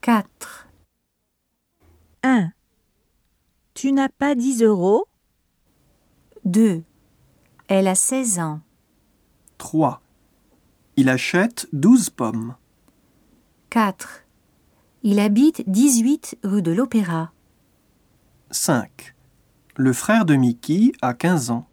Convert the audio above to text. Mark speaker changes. Speaker 1: 4.
Speaker 2: 1. Tu n'as pas 10 euros
Speaker 1: 2. Elle a 16 ans.
Speaker 3: 3. Il achète 12 pommes.
Speaker 1: 4. Il habite 18 rue de l'Opéra.
Speaker 3: 5. Le frère de Mickey a 15 ans.